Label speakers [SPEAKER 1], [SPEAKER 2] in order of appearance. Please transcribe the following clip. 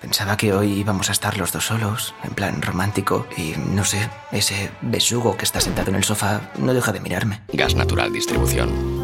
[SPEAKER 1] Pensaba que hoy íbamos a estar los dos solos, en plan romántico, y no sé, ese besugo que está sentado en el sofá no deja de mirarme.
[SPEAKER 2] Gas Natural Distribución.